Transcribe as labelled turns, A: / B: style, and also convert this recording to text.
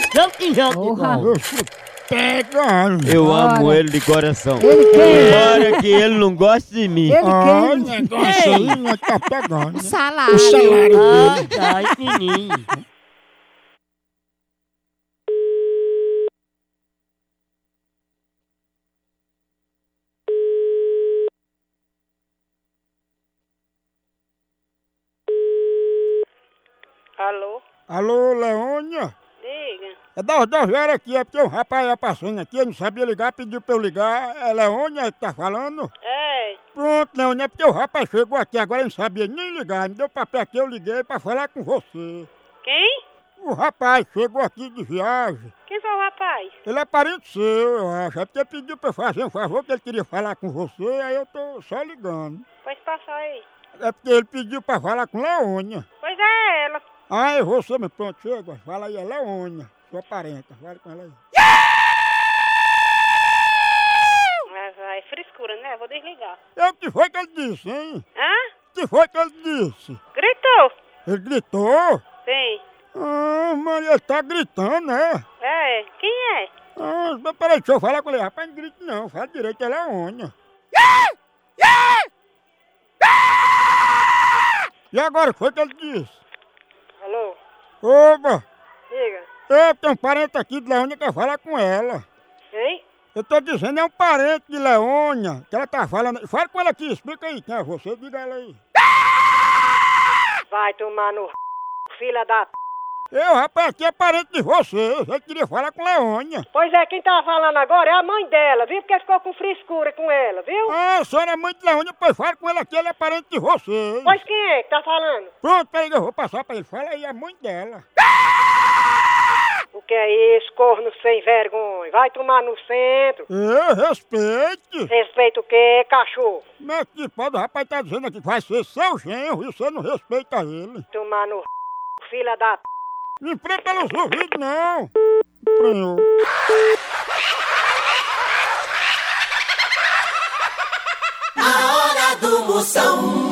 A: chão, Digão.
B: É Pega!
C: Eu
A: Bora.
C: amo ele de coração.
A: Ele quer.
C: Embora que ele não goste de mim.
A: Ele
B: Olha, o
A: quer.
B: negócio aí não Ah, um tá pegando. né?
D: Salário.
B: O salário dele.
A: Ai, menino.
E: Alô?
B: Alô, Leônia?
E: Diga.
B: É da rodoviária aqui, é porque o rapaz ia passando aqui, eu não sabia ligar, pediu pra eu ligar. É Leônia que tá falando?
E: É,
B: Pronto, Leônia, é porque o rapaz chegou aqui agora, eu não sabia nem ligar. Me deu papel aqui, eu liguei pra falar com você.
E: quem?
B: O rapaz chegou aqui de viagem.
E: Quem foi o rapaz?
B: Ele é parente seu, eu acho. É porque pediu pra eu fazer um favor, que ele queria falar com você, aí eu tô só ligando.
E: Pois passou aí.
B: É porque ele pediu pra falar com Leônia.
E: Pois é ela.
B: Ah, eu vou ser, mas pronto, chega. Fala aí, é Leônia, sua parenta. Fala com ela aí.
E: Mas vai, frescura, né? Vou desligar.
B: É o que foi que ele disse, hein?
E: Hã?
B: O que foi que ele disse?
E: Gritou?
B: Ele gritou?
E: Sim.
B: Ah, mas ele tá gritando, né?
E: É, quem é?
B: Ah, mas peraí, deixa eu falar com ele. Rapaz, não grite não, fala direito, é Leônia. E agora, o que foi que ele disse?
E: Alô?
B: Oba,
E: Diga.
B: eu tenho um parente aqui de Leônia que quer falar com ela.
E: Hein?
B: Eu tô dizendo, é um parente de Leônia, que ela tá falando. Fala com ela aqui, explica aí quem é você, diga ela aí.
E: Vai tomar no r... filha da p...
B: Eu, rapaz, aqui é parente de você, eu queria falar com Leônia.
E: Pois é, quem tá falando agora é a mãe dela, viu? Porque ficou com frescura com ela, viu?
B: Ah, a senhora é mãe de Leônia, pois fala com ela aqui, ela é parente de você.
E: Pois quem é que tá falando?
B: Pronto, peraí, que eu vou passar pra ele. Fala aí, a mãe dela.
E: O que é isso, corno sem vergonha? Vai tomar no centro.
B: Eu respeite.
E: Respeita o quê, cachorro?
B: Como é que pode? O rapaz tá dizendo aqui que vai ser seu genro e você não respeita ele.
E: Tomar no r... filha da p...
B: Me prende pelos ouvidos, não. Prenhou.
F: A hora do Moção.